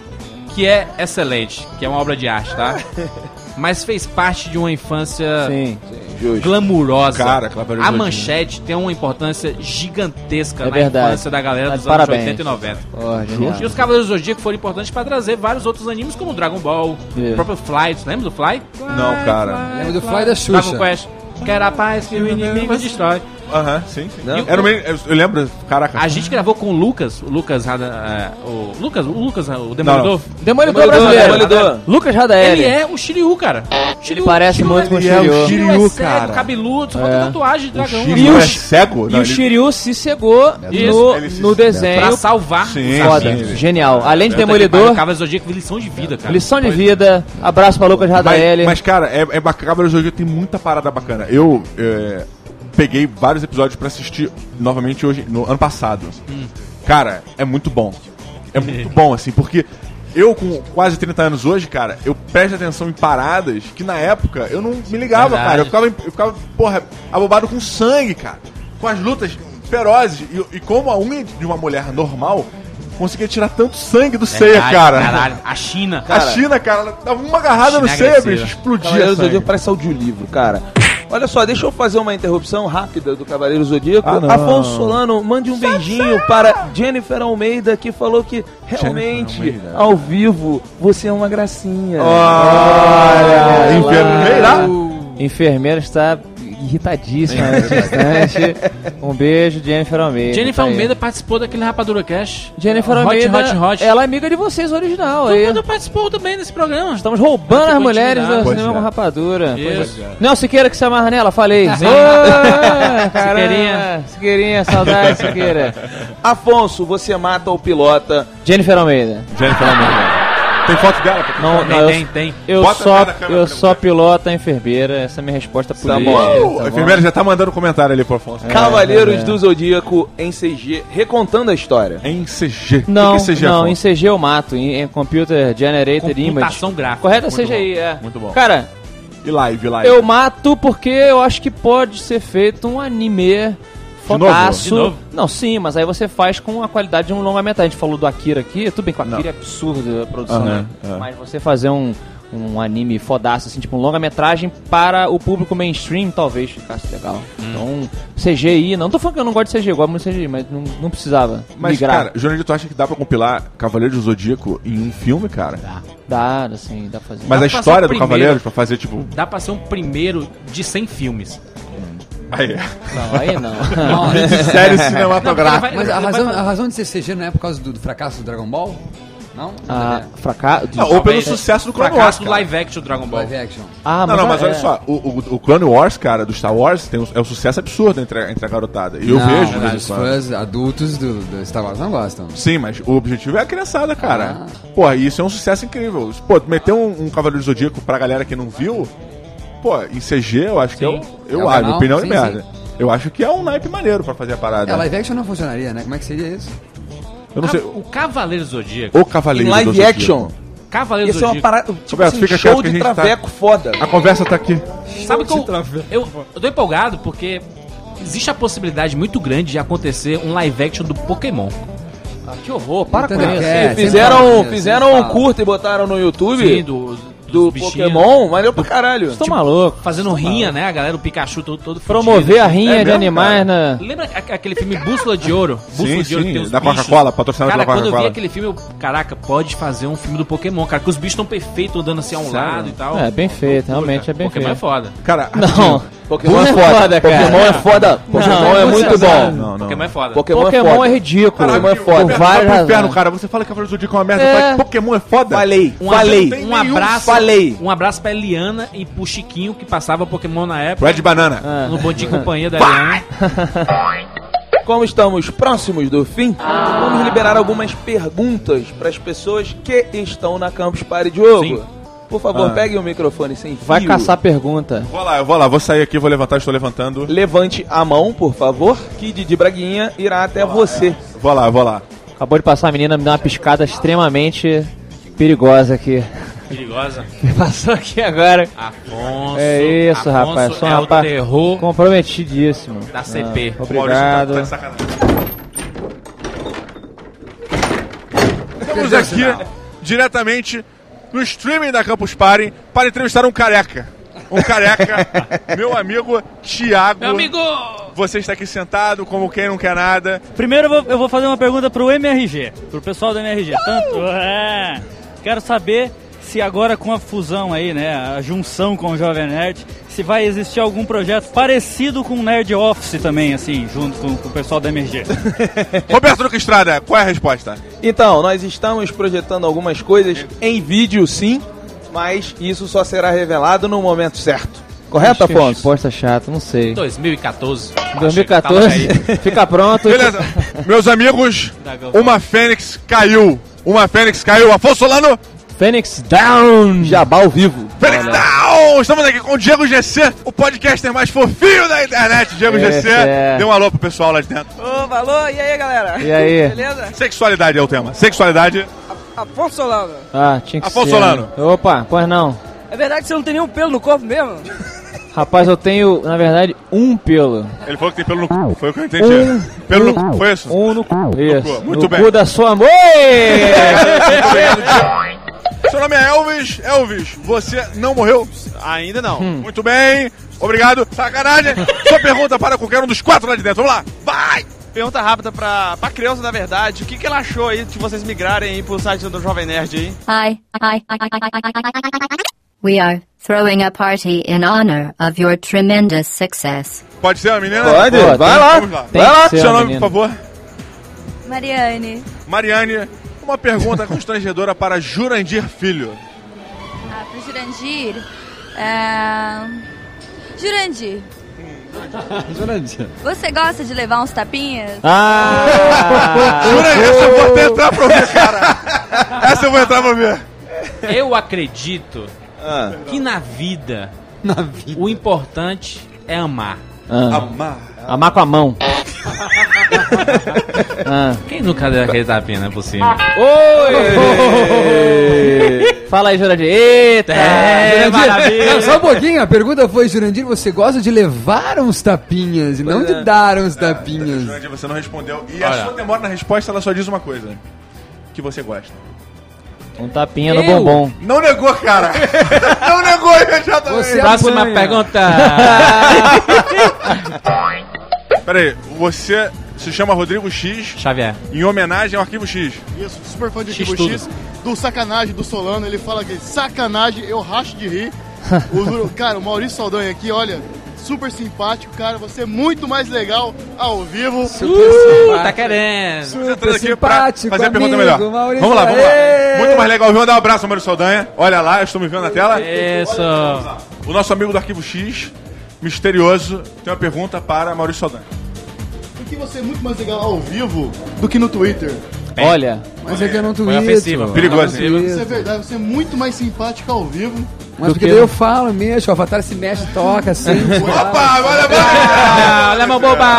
que é excelente, que é uma obra de arte, tá? Mas fez parte de uma infância Sim. glamurosa. Cara, Cavaleiro a Zodíaco. manchete tem uma importância gigantesca É na verdade. infância da galera Tá dos de anos parabéns. 80 e 90. Ó, genial. E os Cavaleiros do Zodíaco foram importantes pra trazer vários outros animes, como Dragon Ball, É. o próprio Fly. Tu lembra do Fly? Não, cara. Lembra do Fly da Xuxa. Dragon Quest. Quero a paz que o inimigo destrói. Aham, sim, sim. Não. Era um menino- eu- eu lembro, caraca. A gente gravou com o Lucas, o Lucas, Rada- é, o Lucas, o Lucas, o Demolidor. Demolidor, Demolidor, brasileiro. Demolidor. Lucas Radaeli. Ele é o Shiryu, cara. Shiryu- parece Shiryu muito com o é- Shiryu. É. o Shiryu, Shiryu, é cego, cara. cabeludo, só falta tatuagem de dragão. né? Shiryu E o é Shi- cego? E o Shiryu se cegou Isso, no, ele se- no Pra desenho. salvar Sim, Foda, sim, ele- genial. Além de Demolidor. Demolidor, Cavaleiros do Zodíaco, lição de vida, cara. lição de vida. Abraço pra Lucas Radaeli. Mas, mas, cara, é, é bacana. Cavaleiros do Zodíaco tem muita parada bacana. Eu é, peguei vários episódios pra assistir novamente hoje, no ano passado. Cara, é muito bom. É muito bom, assim, porque eu com quase 30 anos hoje, cara, eu presto atenção em paradas que na época eu não me ligava, Verdade. cara. Eu ficava, eu ficava, porra, abobado com sangue, cara. Com as lutas ferozes. E, e como a unha de uma mulher normal conseguia tirar tanto sangue do ceia, Caralho, cara. Caralho, a China. A China, cara, ela dava uma agarrada China no ceia, agressiva. bicho, explodia. Cavaleiros do sangue. Zodíaco parece audiolivro, cara. Olha só, deixa eu fazer uma interrupção rápida do Cavaleiro Zodíaco. Ah, não. Afonso Solano, mande um beijinho para Jennifer Almeida, que falou que realmente, Almeida. ao vivo, você é uma gracinha. Olha, enfermeira. Enfermeira está irritadíssima nesse instante. Um beijo, Jennifer Almeida. Jennifer Tá aí. Almeida participou daquele Rapadura Cash. Jennifer Hot, Almeida, hot, hot. ela é amiga de vocês original é Todo aí. mundo participou também desse programa. Estamos roubando Ela as ficou mulheres tirada. do Pois cinema é. com rapadura. é. Isso. Não, Siqueira que se amarra nela, falei. Sim. Ah, caramba. Siqueirinha. Siqueirinha, saudade, Siqueira. Afonso, você mata o pilota. Jennifer Almeida. Jennifer Almeida. Tem foto dela? Patrick? Não, não, Tem, eu- tem, tem. Eu Bota só, a cara na câmera eu pra só piloto a enfermeira. Essa é a minha resposta política. bom. tá Uh, a enfermeira já tá mandando comentário ali pro É. Afonso. Cavaleiros é, do Zodíaco em CG, recontando a história. Em CG. Não, O que que é CG, não, em Afonso? CG eu mato, em, em Computer Generated Image. Computação gráfica. Correto é Muito CGI, é. Muito bom. Cara, E live, live. eu mato porque eu acho que pode ser feito um anime novo? fodaço. De novo? Não, sim, mas aí você faz com a qualidade de um longa-metragem. A gente falou do Akira aqui, tudo bem que o Akira é absurdo a produção, Aham, né? é. Mas você fazer um, um anime fodaço, assim, tipo um longa-metragem para o público mainstream, talvez ficasse legal. Hum. Então, CGI, não tô falando que eu não gosto de CGI, eu gosto muito de CGI, mas não, não precisava Mas, migrar. cara, Jornalista, tu acha que dá pra compilar Cavaleiro do Zodíaco em um filme, cara? Dá, assim, dá pra fazer. Mas Dá a pra ser história do o primeiro. Cavaleiros pra fazer, tipo... bom. Dá pra ser um primeiro de 100 filmes. Aí, Não, aí não. série Ele cinematográfica. vai- Mas ele a vai razão, fazer- a razão de ser CG não é por causa do, do fracasso do Dragon Ball? Não? é? ah, Nada a ver. fracasso. Não, ou é pelo Talvez. sucesso do Clone Wars, um Fracasso do cara. live action do Dragon Ball. Live action. Ah, Não, não, mas é- olha só, o, o, o Clone Wars, cara, do Star Wars, tem um, é um sucesso absurdo entre, entre a garotada. E eu Não, vejo, né, de mas vez os em quando. fãs adultos do, do Star Wars não gostam. Sim, mas o objetivo é a criançada, cara. Ah. Pô, e isso é um sucesso incrível. Pô, meter um, um Cavaleiro do Zodíaco pra galera que não viu, pô, em CG, eu acho que eu, eu É o acho, canal? opinião de Sim, merda. Eu acho que é um naipe maneiro pra fazer a parada. É, live action não funcionaria, né? Como é que seria isso? Eu não sei. O Cavaleiro Zodíaco. O Em Cavaleiro do live Zodíaco. action. Cavaleiro Isso é uma Zodíaco. parada. Tipo Roberto, assim, fica quieto show que a de gente tá- traveco foda. A conversa tá aqui. Sabe que eu, eu, eu tô empolgado porque existe a possibilidade muito grande de acontecer um live action do Pokémon. Ah, que horror, para com Entendeu? isso. É, sempre Fizeram, fala, fizeram sempre um fala. curto e botaram no YouTube Sim, do, do dos bichinhos. Pokémon. Valeu pra caralho. Tô maluco. Tipo, Fazendo rinha, né? A galera, o Pikachu todo, todo fudido. Promover a rinha É de mesmo, animais na. Lembra a- aquele filme Bússola de Ouro? Bússola Sim, de Ouro que tem sim, os da bichos. Coca-Cola, patrocinado Cara, pela quando eu vi Coca-Cola. aquele filme, eu, caraca, pode fazer um filme do Pokémon, cara, que os bichos estão perfeitos andando assim a um lado e tal. É, bem feito, realmente é bem Pokémon é feito. foda. Cara, Não, Pokémon é Não foda. é foda, cara. Pokémon é foda. Pokémon é não muito é bom. foda. não, não. Pokémon é foda. Pokémon, é Pokémon foda. é ridículo. Caralho, Pokémon é Roberto, foda. Por Vai tá pro várias um inferno, razões. cara. Você fala que Cavaleiro do Zodíaco é uma merda, É. fala que Pokémon é foda. Falei, Um falei. abraço, um abraço, Falei. um abraço pra Eliana e pro Chiquinho que passava Pokémon na época, Red Banana. no bondinho de companhia da Eliana. Como estamos próximos do fim, vamos liberar algumas perguntas para as pessoas que estão na Campus Party Diogo. Sim. Por favor, Ah. pegue o microfone sem fio. Vai caçar pergunta. Vou lá, eu vou lá, vou sair aqui, vou levantar, estou levantando. Levante a mão, por favor, que Didi Braguinha irá até você. Vou lá, vou lá. Acabou de passar a menina me dá uma piscada extremamente perigosa aqui. Perigosa. Passou aqui agora. Afonso. É isso, Afonso rapaz. Sou um é rapaz o terror comprometidíssimo. da CP. Ah, Obrigado. Maurício tá- tá de sacanagem. Estamos aqui diretamente no streaming da Campus Party para entrevistar um careca. Um careca, meu amigo Tiago. Meu amigo! Você está aqui sentado como quem não quer nada. Primeiro eu vou, eu vou fazer uma pergunta pro MRG, pro pessoal do MRG. Tanto é. Quero saber se agora com a fusão aí, né, a junção com o Jovem Nerd, se vai existir algum projeto parecido com o Nerd Office também, assim, junto com, com o pessoal do MRG. Roberto Duque Estrada, qual é a resposta? Então, nós estamos projetando algumas coisas em vídeo, sim, mas isso só será revelado no momento certo. Correto, Acho que é uma Afonso? Resposta chata, não sei. 2014. Acho que tava 2014, fica pronto. Beleza, meus amigos, uma fênix caiu. Uma fênix caiu. Afonso Solano, Fênix Down! Jabá ao vivo. Fênix Down! Estamos aqui com o Diego GC, o podcaster mais fofinho da internet. Diego Esse GC, é. dê um alô pro pessoal lá de dentro. tá Ô, valor, e aí galera? E aí? Beleza? Sexualidade é o tema. Sexualidade. Afonso Solano. Ah, tinha que Afonso ser. né? Solano. Opa, pois não. É verdade que você não tem nenhum pelo no corpo mesmo? Rapaz, eu tenho, na verdade, um pelo. Ele falou que tem pelo no cu. Foi o que eu entendi. Um, pelo no cu. Foi isso? Um no cu. Isso. Muito no bem. cu da sua mãe! Seu nome é Elvis. Elvis, você não morreu? Ainda não. Muito bem. Obrigado. Sacanagem. Sua pergunta para qualquer um dos quatro lá de dentro. Vamos lá. Vai! Pergunta rápida pra, pra criança, na verdade. O que, que ela achou aí de vocês migrarem aí pro site do Jovem Nerd aí? We are throwing a party in honor of your tremendous success. Pode ser uma menina? Pode, Pô, vai então lá. vamos Tem Vai que lá, ser seu uma nome, menina. por favor. Mariane. Mariane, uma pergunta constrangedora para Jurandir Filho. Ah, pro Jurandir. É... Jurandir, você gosta de levar uns tapinhas? Ah! Jurandir, essa eu vou até entrar pra ver, cara. Essa eu vou entrar pra ver. Eu acredito Ah. que na vida, o importante é amar. Ah. Amar. Amar com a mão. Ah. Quem nunca deu aquele tapinha, né, por cima? Oi! Fala aí, Jurandir. É, É, Eita! Jurandir, maravilha. não, só um pouquinho, a pergunta foi, Jurandir, você gosta de levar uns tapinhas e não de dar uns tapinhas. Jurandir, você não respondeu. E Hum. Olha. a sua demora na resposta, ela só diz uma coisa. Que você gosta. Um tapinha no Eu? bombom. Não negou, cara. não negou imediatamente. é Você Próxima apanha. pergunta. Peraí, você se chama Rodrigo X. Xavier. Em homenagem ao Arquivo X. Isso, super fã de X Arquivo tudo. X. Do sacanagem do Solano, ele fala que sacanagem, eu racho de rir. O Duro- cara, o Maurício Saldanha aqui, olha, super simpático, cara. Você é muito mais legal ao vivo. tá querendo. Você entrando aqui pra fazer a pergunta melhor. Maurício, vamos lá, vamos lá. Muito mais legal. Vamos dar um abraço ao Mário Saldanha. Olha lá, eu estou me vendo na tela. Isso. O nosso amigo do Arquivo X, misterioso, tem uma pergunta para Maurício Saldanha. Por que você é muito mais legal ao vivo do que no Twitter? Olha. Mas é que eu não Foi tweeto. ofensiva, Não perigosa. tweeto. Isso é verdade, você é muito mais simpático ao vivo. Mas porque daí eu falo, mexo, o avatar se mexe, toca, assim. Opa, olha Olha meu boba!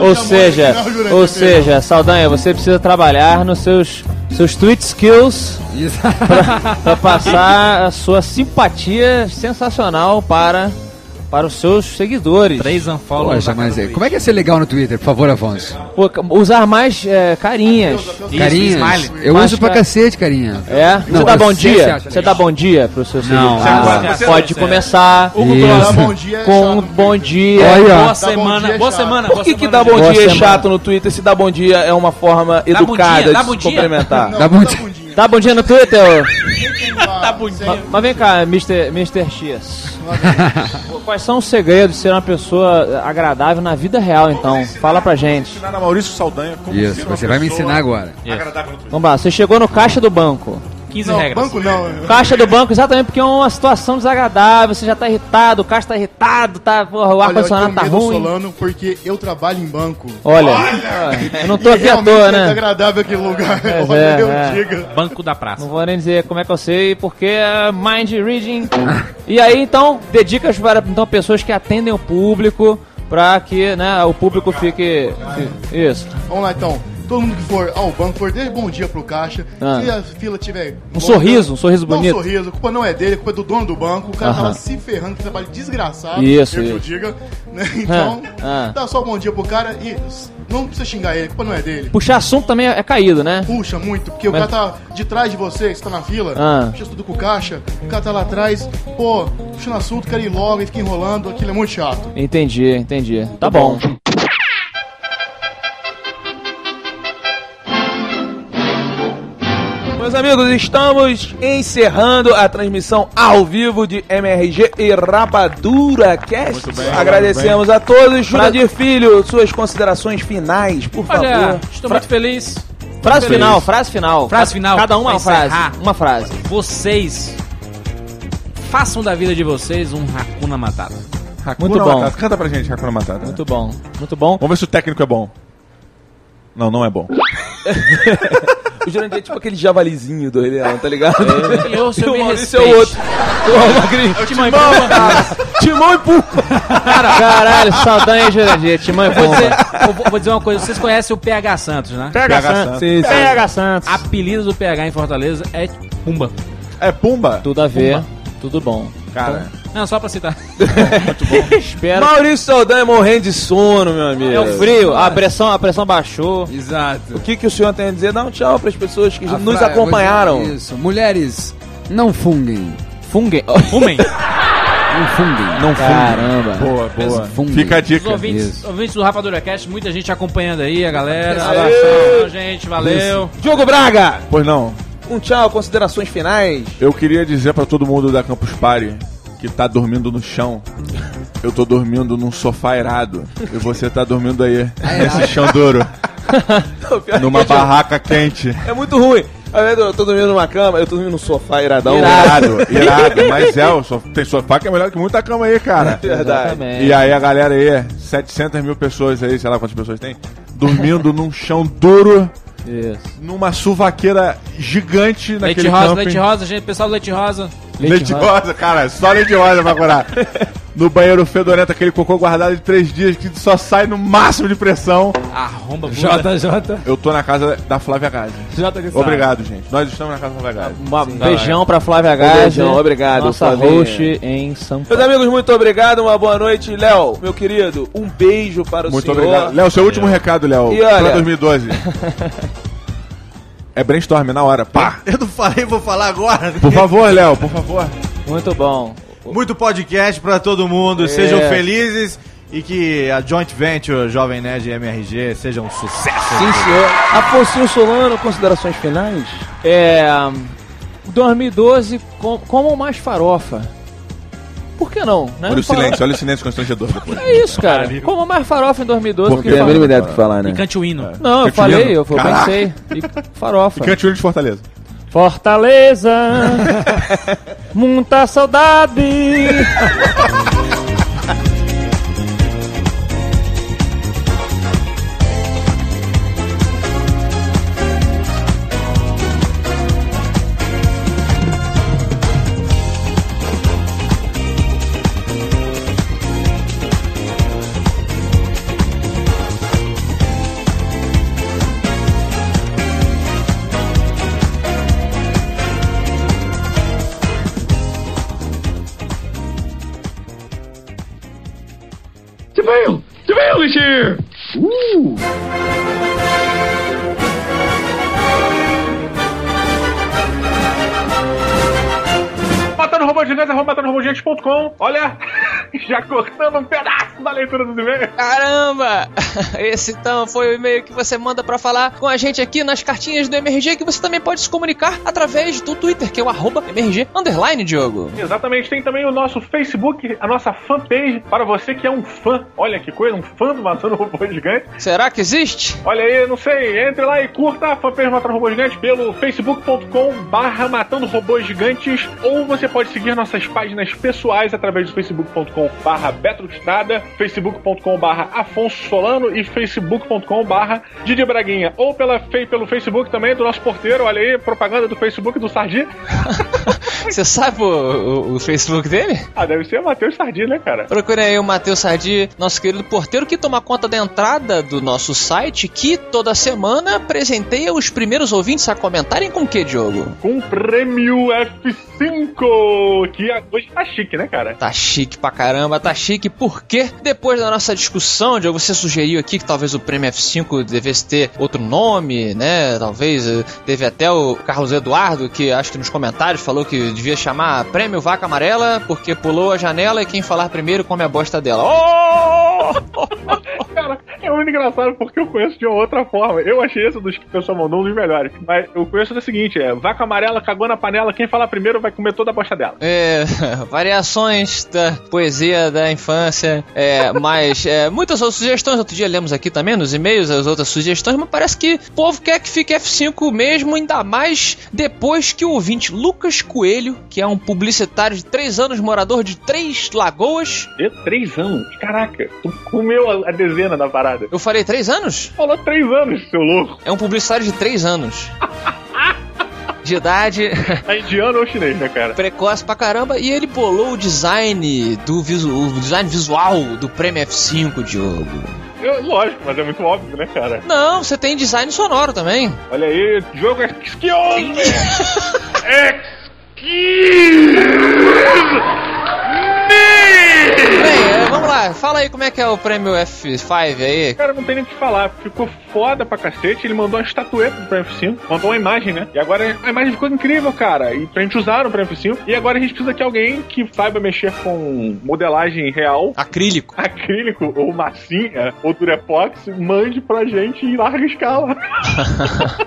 Ou seja, ou seja, Saldanha, você precisa trabalhar nos seus seus tweet skills pra, pra passar a sua simpatia sensacional para para os seus seguidores. Três unfollows. Poxa, mas é, como é que é ser legal no Twitter, por favor, Afonso? Pô, ca- usar mais é, carinhas. Carinhas. Eu uso pra cacete, carinha. É? Não, você dá bom você se dia? acha Você dá bom dia pros seus Não, seguidores? ah, Você não. você pode não, começar O Google isso, dá bom dia com um bom dia. Olha. Boa semana, boa semana. Por que, que dá bom Boa dia é semana. chato no Twitter se dá bom dia é uma forma Dá bom educada dia, dá de bom se dia. cumprimentar? Não, Dá bom não dá dia. Dá Tá, bom dia no Twitter? ô? tá bonito. Ma- Mas vem cá, Mr. Mr. X. Quais são os segredos de ser uma pessoa agradável na vida real, então? Fala pra gente. Nada Maurício Saldanha como Isso, ser uma você vai me pessoa ensinar agora. Agradável no Twitter. Vamos lá, você chegou no caixa do banco. 15 não, regras. Banco não. Caixa do banco, exatamente, porque é uma situação desagradável, você já tá irritado, o caixa tá irritado, tá, porra, o Olha, eu tenho ar-condicionado tá medo do ruim. Solano porque eu trabalho em banco. Olha, eu não tô E aqui à realmente toa, É né? desagradável aquele lugar. Pois Olha, é, eu é. digo. Banco da praça. Não vou nem dizer como é que eu sei, porque é mind reading. e aí, então, dedica para então, pessoas que atendem o público pra que né, o público fique. fi- Isso. Vamos lá então. Todo mundo que for ao banco, for dê bom dia pro caixa. Ah. Se a fila tiver. Um sorriso, um sorriso dá bonito. Um sorriso, a culpa não é dele, a culpa é do dono do banco. O cara tá Aham. lá se ferrando, que trabalho desgraçado. Isso, eu que eu isso. diga. né? Então, ah. dá só um bom dia pro cara e s- não precisa xingar ele, a culpa não é dele. Puxar assunto também é caído, né? Puxa muito, porque Mas- o cara tá de trás de você, você tá na fila, Ah. puxa tudo com o caixa, o cara tá lá atrás, pô, puxando assunto, quer ir logo e fica enrolando, aquilo é muito chato. Entendi, entendi. Tá bom. Meus amigos, estamos encerrando a transmissão ao vivo de MRG e Rapadura Cast. Muito bem, muito Agradecemos bem. a todos. Jurandir Filho, suas considerações finais, por Olha, favor. estou muito feliz. Frase Feliz. final, frase final. Frase final. Cada uma pra uma frase. encerrar. Uma frase. Vocês façam da vida de vocês um Hakuna Matata. Muito Hakuna bom. Matata. Canta pra gente, Hakuna Matata. Muito bom, muito bom. Vamos ver se o técnico é bom. Não, não é bom. O Jurandir é tipo aquele javalizinho do Rei Leão, tá ligado? E eu, se eu E o me Maurício é respeite. o outro. É o Timão e Pumba. Timão e Pumba. Caralho, Saldanha e Jurandir, Timão e Eu vou, Pumba. dizer, eu vou- vou dizer uma coisa, vocês conhecem o PH Santos, né? PH Santos. Sim, sim. PH Santos. Apelido do PH em Fortaleza é Pumba. É Pumba? Tudo a ver, tudo bom. Cara. Não, só pra citar. Espero. Maurício Saldanha morrendo de sono, meu amigo. É o frio, a pressão, a pressão baixou. Exato. O que, que o senhor tem a dizer? Dá um tchau pras pessoas que A nos fra- acompanharam. Isso, mulheres, não funguem. Funguem? Oh, Fumem. Não funguem. Não Caramba. Boa, boa. Funguem. Fica a Os dica. ouvintes, ouvintes do Rapadura Cast, muita gente acompanhando aí, a galera. Isso aí. Abração, gente, valeu. Diogo Braga! Pois não. um tchau, considerações finais. Eu queria dizer pra todo mundo da Campus Party que tá dormindo no chão. Eu tô dormindo num sofá irado. E você tá dormindo aí, nesse chão duro. Numa barraca quente. É muito ruim. Ao invés de Eu tô dormindo numa cama, eu tô dormindo num sofá iradão. Irado, irado. Mas é, o sof- tem sofá que é melhor que muita cama aí, cara. É verdade. Exatamente. E aí a galera aí, 700 mil pessoas aí, sei lá quantas pessoas tem, dormindo num chão duro, Isso. numa suvaqueira gigante Leite naquele rosa, camping. leite rosa, gente, pessoal do leite rosa. Leite rosa, cara, só leite rosa pra curar. No banheiro fedorento, aquele cocô guardado de três dias que só sai no máximo de pressão. Arromba JJ. Eu tô na casa da Flávia Gaza. JJ. Obrigado, gente. Nós estamos na casa da Flávia Gaza. Sim. Beijão pra Flávia Um Gaza. beijão, obrigado, Nossa Flavinha. host em São Meus amigos, muito obrigado, uma boa noite. Léo, meu querido, um beijo para o Muito senhor. obrigado. Léo, seu último recado, Léo. E olha- Pra 2012. é brainstorm na hora. Pá! Eu não falei, vou falar agora. Por favor, Léo, por favor. Muito bom. Muito podcast pra todo mundo. Sejam É. felizes e que a Joint Venture Jovem Nerd e MRG seja um sucesso. Sim, senhor. Afonso Solano, considerações finais? É. 2012, com, comam mais farofa. Por que não? né? Olha o Farofa- silêncio, olha o silêncio constrangedor depois. É isso, cara. Comam mais farofa em 2012 Porque que é a mínima farofa. ideia do que falar, né? E cante o hino. Não, eu Cante o hino? falei, eu eu Caraca. pensei. E farofa. E cante o hino de Fortaleza. Fortaleza, muita saudade. JaVale! JaVale is here! Ooh! Matando Robô Gigante, arroba matandorobogigante.com. Olha, já cortando um pedaço da leitura do e-mail. Caramba! Esse então foi o e-mail que você manda pra falar com a gente aqui nas cartinhas do MRG, que você também pode se comunicar através do Twitter, que é o arroba MRG underline, Diogo. Exatamente, tem também o nosso Facebook, a nossa fanpage, para você que é um fã. Olha que coisa, um fã do Matando Robô Gigante. Será que existe? Olha aí, não sei, entre lá e curta a fanpage Matando Robô Gigante pelo facebook.com barra Matando Robôs Gigantes ou você pode seguir nossas páginas pessoais através do facebook.com barra Betrostrada, facebook.com barra Afonso Solano e facebook.com barra Didi Braguinha ou pela, fe- pelo Facebook também do nosso porteiro, olha aí, propaganda do Facebook do Sardi. É Você sabe o, o- o Facebook dele? Ah, deve ser o Matheus Sardi, né, cara? Procure aí o Matheus Sardi, nosso querido porteiro, que toma conta da entrada do nosso site, que toda semana presenteia os primeiros ouvintes a comentarem com o que, Diogo? Com o prêmio F5, que é a- hoje tá chique, né, cara? Tá chique pra caramba, tá chique porque depois da nossa discussão, Diogo, você sugeriu aqui que talvez o prêmio F5 devesse ter outro nome, né? Talvez eh, teve até o Carlos Eduardo, que acho que nos comentários falou que devia chamar prêmio Vaca Amarela, porque pulou a janela e quem falar primeiro come a bosta dela. Cara, é muito engraçado porque eu conheço de uma outra forma. Eu achei esse dos que o pessoal mandou um dos melhores. Mas eu conheço do seguinte: é vaca amarela cagou na panela, quem falar primeiro vai comer toda a bosta dela. É, variações da poesia da infância, é, mas é, muitas outras sugestões. Outro dia lemos aqui também nos e-mails as outras sugestões, mas parece que o povo quer que fique F5 mesmo, ainda mais depois que o ouvinte Lucas Coelho, que é um publicitário de 3 anos, morador de Três Lagoas. De 3 anos? Caraca, tu comeu a, a dezena da parada. Eu falei 3 anos? Falou 3 anos, seu louco. É um publicitário de 3 anos. de idade. É indiano ou chinês, né, cara? Precoce pra caramba. E ele bolou o design do visu, o design visual do Prêmio F5, Diogo. Eu- lógico, mas é muito óbvio, né, cara? Não, você tem design sonoro também. Olha aí, jogo Excuse! Excuse! Bem, é, vamos lá, fala aí como é que é o prêmio F5 aí. Cara, não tem nem o que falar. Ficou foda pra cacete. Ele mandou uma estatueta do prêmio F5. Mandou uma imagem, né? E agora a imagem ficou incrível, cara. E pra gente usar no prêmio F5. E agora a gente precisa que alguém que saiba mexer com modelagem real. Acrílico. Acrílico, ou massinha, ou durepox, mande pra gente em larga escala.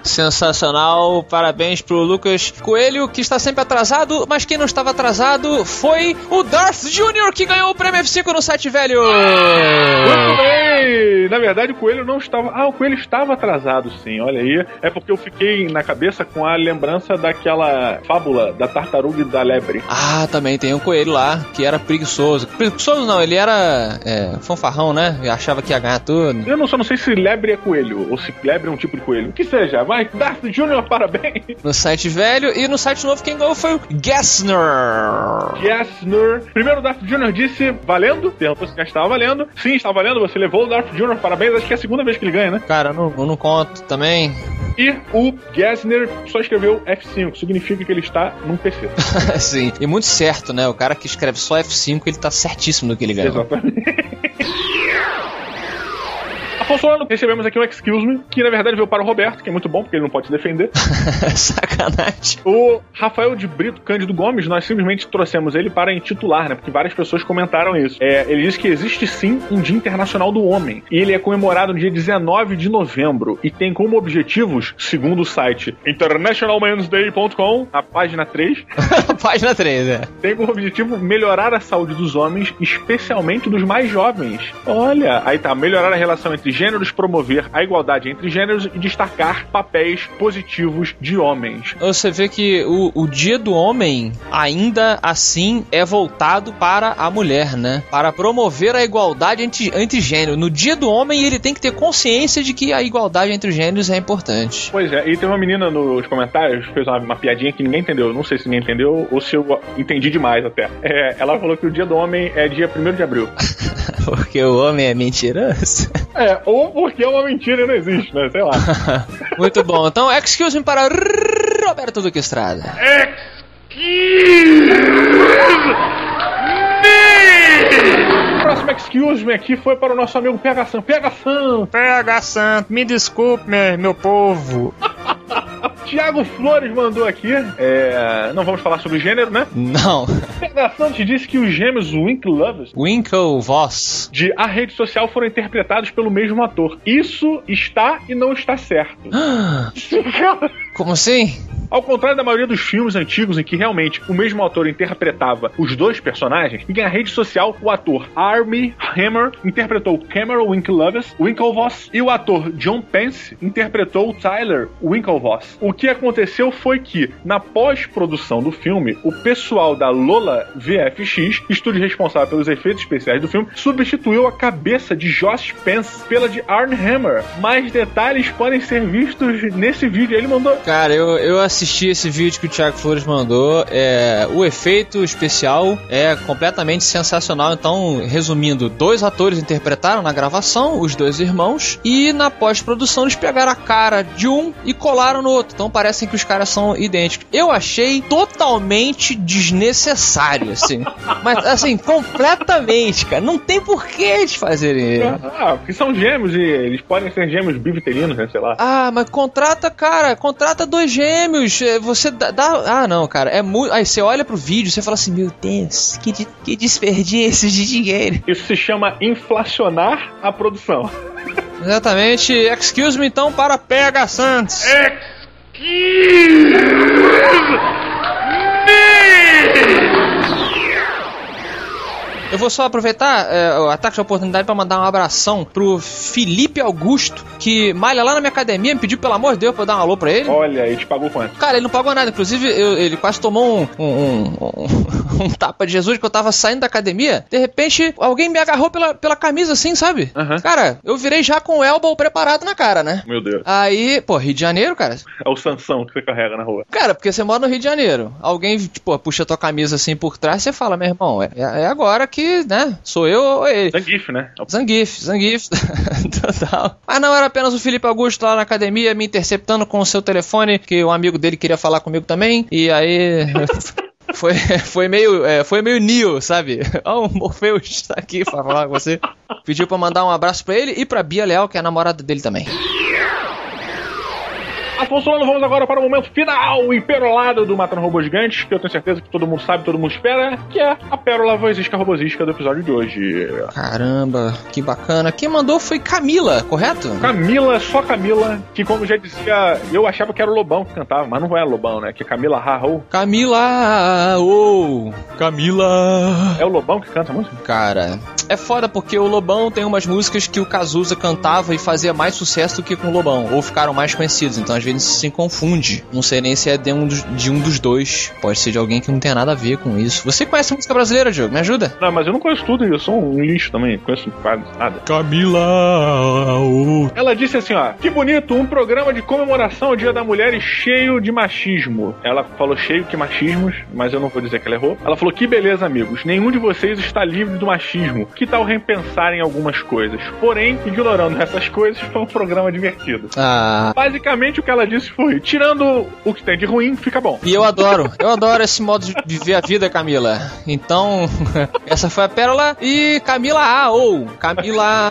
Sensacional. Parabéns pro Lucas Coelho, que está sempre atrasado. Mas quem não estava atrasado foi o Darth Jr., que ganhou o prêmio F5 no site velho. Ah. Muito bem! Na verdade, o Coelho não estava. Ah, o Coelho estava atrasado, sim, olha aí. É porque eu fiquei na cabeça com a lembrança daquela fábula da tartaruga e da lebre. Ah, também tem um coelho lá que era preguiçoso. Preguiçoso não, ele era é, fanfarrão, né? E achava que ia ganhar tudo. Eu não só não sei se lebre é coelho ou se lebre é um tipo de coelho. O que seja, mas Darth Jr., parabéns! No site velho e no site novo quem ganhou foi o Gessner. Gessner. Primeiro, o Darth Jr. disse valendo, perguntou se já estava valendo. Sim, está valendo, você levou o Darth Jr., parabéns. Acho que é a segunda vez que ele ganha, né? Cara, eu não, eu não conto também. E o Gessner só escreveu F5, significa que ele está num PC. Sim, e muito certo, né? O cara que escreve só F5, ele tá certíssimo do que ele ganhou. Afonso Solano, recebemos aqui um Excuse Me, que na verdade veio para o Roberto, que é muito bom, porque ele não pode se defender. Sacanagem. O Rafael de Brito Cândido Gomes, nós simplesmente trouxemos ele para intitular, né? Porque várias pessoas comentaram isso. É, ele diz que existe sim um Dia Internacional do Homem, e ele é comemorado no dia 19 de novembro, e tem como objetivos, segundo o site internationalmansday.com, a página 3. página 3, é. Tem como objetivo melhorar a saúde dos homens, especialmente dos mais jovens. Olha, aí tá, melhorar a relação entre gêneros, promover a igualdade entre gêneros e destacar papéis positivos de homens. Você vê que o, o Dia do Homem, ainda assim, é voltado para a mulher, né? Para promover a igualdade entre, entre gêneros. No Dia do Homem, ele tem que ter consciência de que a igualdade entre gêneros é importante. Pois é, e tem uma menina nos comentários fez uma, uma piadinha que ninguém entendeu. Não sei se ninguém entendeu ou se eu entendi demais até. É, ela falou que o Dia do Homem é dia 1 de abril. Porque o homem é mentiroso. É, ou porque é uma mentira e não existe, né? Sei lá. Muito bom. Então, excuse me para Roberto Duque Estrada. Excuse me! O próximo excuse me aqui foi para o nosso amigo PH Santo. PH Santo! PH Santo, me desculpe, meu, meu povo. Tiago Flores mandou aqui. É, não vamos falar sobre gênero, né? Não. Pega Santos disse que os gêmeos Winklevoss, Winklevoss, de A Rede Social foram interpretados pelo mesmo ator. Isso está e não está certo. Como assim? Ao contrário da maioria dos filmes antigos em que realmente o mesmo ator interpretava os dois personagens, em A Rede Social o ator Armie Hammer interpretou Cameron Winklevoss, Winklevoss e o ator John Pence interpretou Tyler Winklevoss. O que aconteceu foi que, na pós-produção do filme, o pessoal da Lola VFX, estúdio responsável pelos efeitos especiais do filme, substituiu a cabeça de Josh Pence pela de Arn Hammer. Mais detalhes podem ser vistos nesse vídeo. Ele mandou. Cara, eu, eu assisti esse vídeo que o Thiago Flores mandou. É, o efeito especial é completamente sensacional. Então, resumindo, dois atores interpretaram na gravação, os dois irmãos, e na pós-produção eles pegaram a cara de um e colaram no outro. Então parecem que os caras são idênticos. Eu achei totalmente desnecessário, assim. Mas, assim, completamente, cara. Não tem por que eles fazerem isso. Ah, porque são gêmeos e eles podem ser gêmeos biviterinos, né? Sei lá. Ah, mas contrata, cara, contrata dois gêmeos. eh, Você dá. dá- ah, não, cara. É muito. Aí você olha pro vídeo e você fala assim: Meu Deus, que, de- que desperdício de dinheiro. Isso se chama inflacionar a produção. Exatamente. Excuse me então para PH Santos. Eu vou só aproveitar é, o ataque de oportunidade pra mandar um abração pro Felipe Augusto, que malha lá na minha academia, me pediu, pelo amor de Deus, pra eu dar um alô pra ele. Olha, ele te pagou quanto? Cara, ele não pagou nada. Inclusive, eu- ele quase tomou um, um- um- um tapa de Jesus que eu tava saindo da academia. De repente, alguém me agarrou pela, pela camisa, assim, sabe? Cara, eu virei já com o elbow preparado na cara, né? Meu Deus. Aí, pô, Rio de Janeiro, cara. É o Sansão que você carrega na rua. Cara, porque você mora no Rio de Janeiro. Alguém, tipo, puxa tua camisa assim por trás, você fala, meu irmão, é, é agora que, né? Sou eu ou ele. Zangief, né? Zangief, Zangief. Total. Mas não era apenas o Felipe Augusto lá na academia me interceptando com o seu telefone, que um amigo dele queria falar comigo também. E aí. eu Foi, foi meio, é, foi meio Neo, sabe? Ó, o Morpheus está aqui pra falar com você. Pediu pra mandar um abraço pra ele e pra Bia Leal, que é a namorada dele também. Afonso Solano, vamos agora para o momento final e perolado do Matando Robô Gigantes, que eu tenho certeza que todo mundo sabe, todo mundo espera, que é a pérola vozística robosística do episódio de hoje. Caramba, que bacana. Quem mandou foi Camila, correto? Camila, só Camila, que como já dizia, eu achava que era o Lobão que cantava, mas não é Lobão, né? Que é Camila Harrow. Camila, ou Camila. É o Lobão que canta a música? Cara, é foda porque o Lobão tem umas músicas que o Cazuza cantava e fazia mais sucesso do que com o Lobão, ou ficaram mais conhecidos, então às vezes se confunde. Não sei nem se é de um dos, de um dos dois, pode ser de alguém que não tem nada a ver com isso. Você conhece música brasileira, Diogo? Me ajuda? Não, mas eu não conheço tudo, eu sou um lixo também, conheço quase nada. Camila! ô. Ela disse assim, ó, que bonito, um programa de comemoração ao Dia da Mulher e cheio de machismo. Ela falou cheio que machismos, mas eu não vou dizer que ela errou. Ela falou que beleza, amigos, nenhum de vocês está livre do machismo. Que tal repensar em algumas coisas? Porém, ignorando essas coisas, foi um programa divertido. Ah. Basicamente o que ela disse foi, tirando o que tem de ruim, fica bom. E eu adoro, eu adoro esse modo de viver a vida, Camila. Então, essa foi a pérola. E Camila A, ou Camila.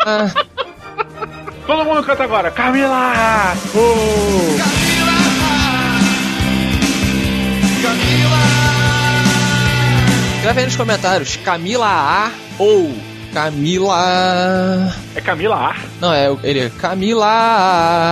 Todo mundo canta agora. Camila! Oh! Escreve aí nos comentários, Camila A ou Camila. É Camila A. Não, é ele é Camila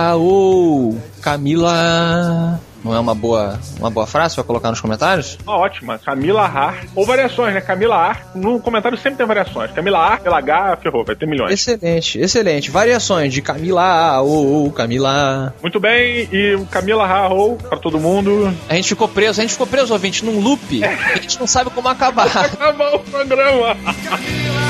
A ou Camila. Não é uma boa, uma boa frase pra colocar nos comentários? Uma ótima, Camila A. Ou variações, né? Camila A. No comentário sempre tem variações. Camila A, pela H, ferrou, vai ter milhões. Excelente, excelente. Variações de Camila A ou Camila. Muito bem, e o Camila Harrow pra todo mundo. A gente ficou preso, a gente ficou preso, ouvinte, num loop. A gente não sabe como acabar. Acabou o programa. Camila!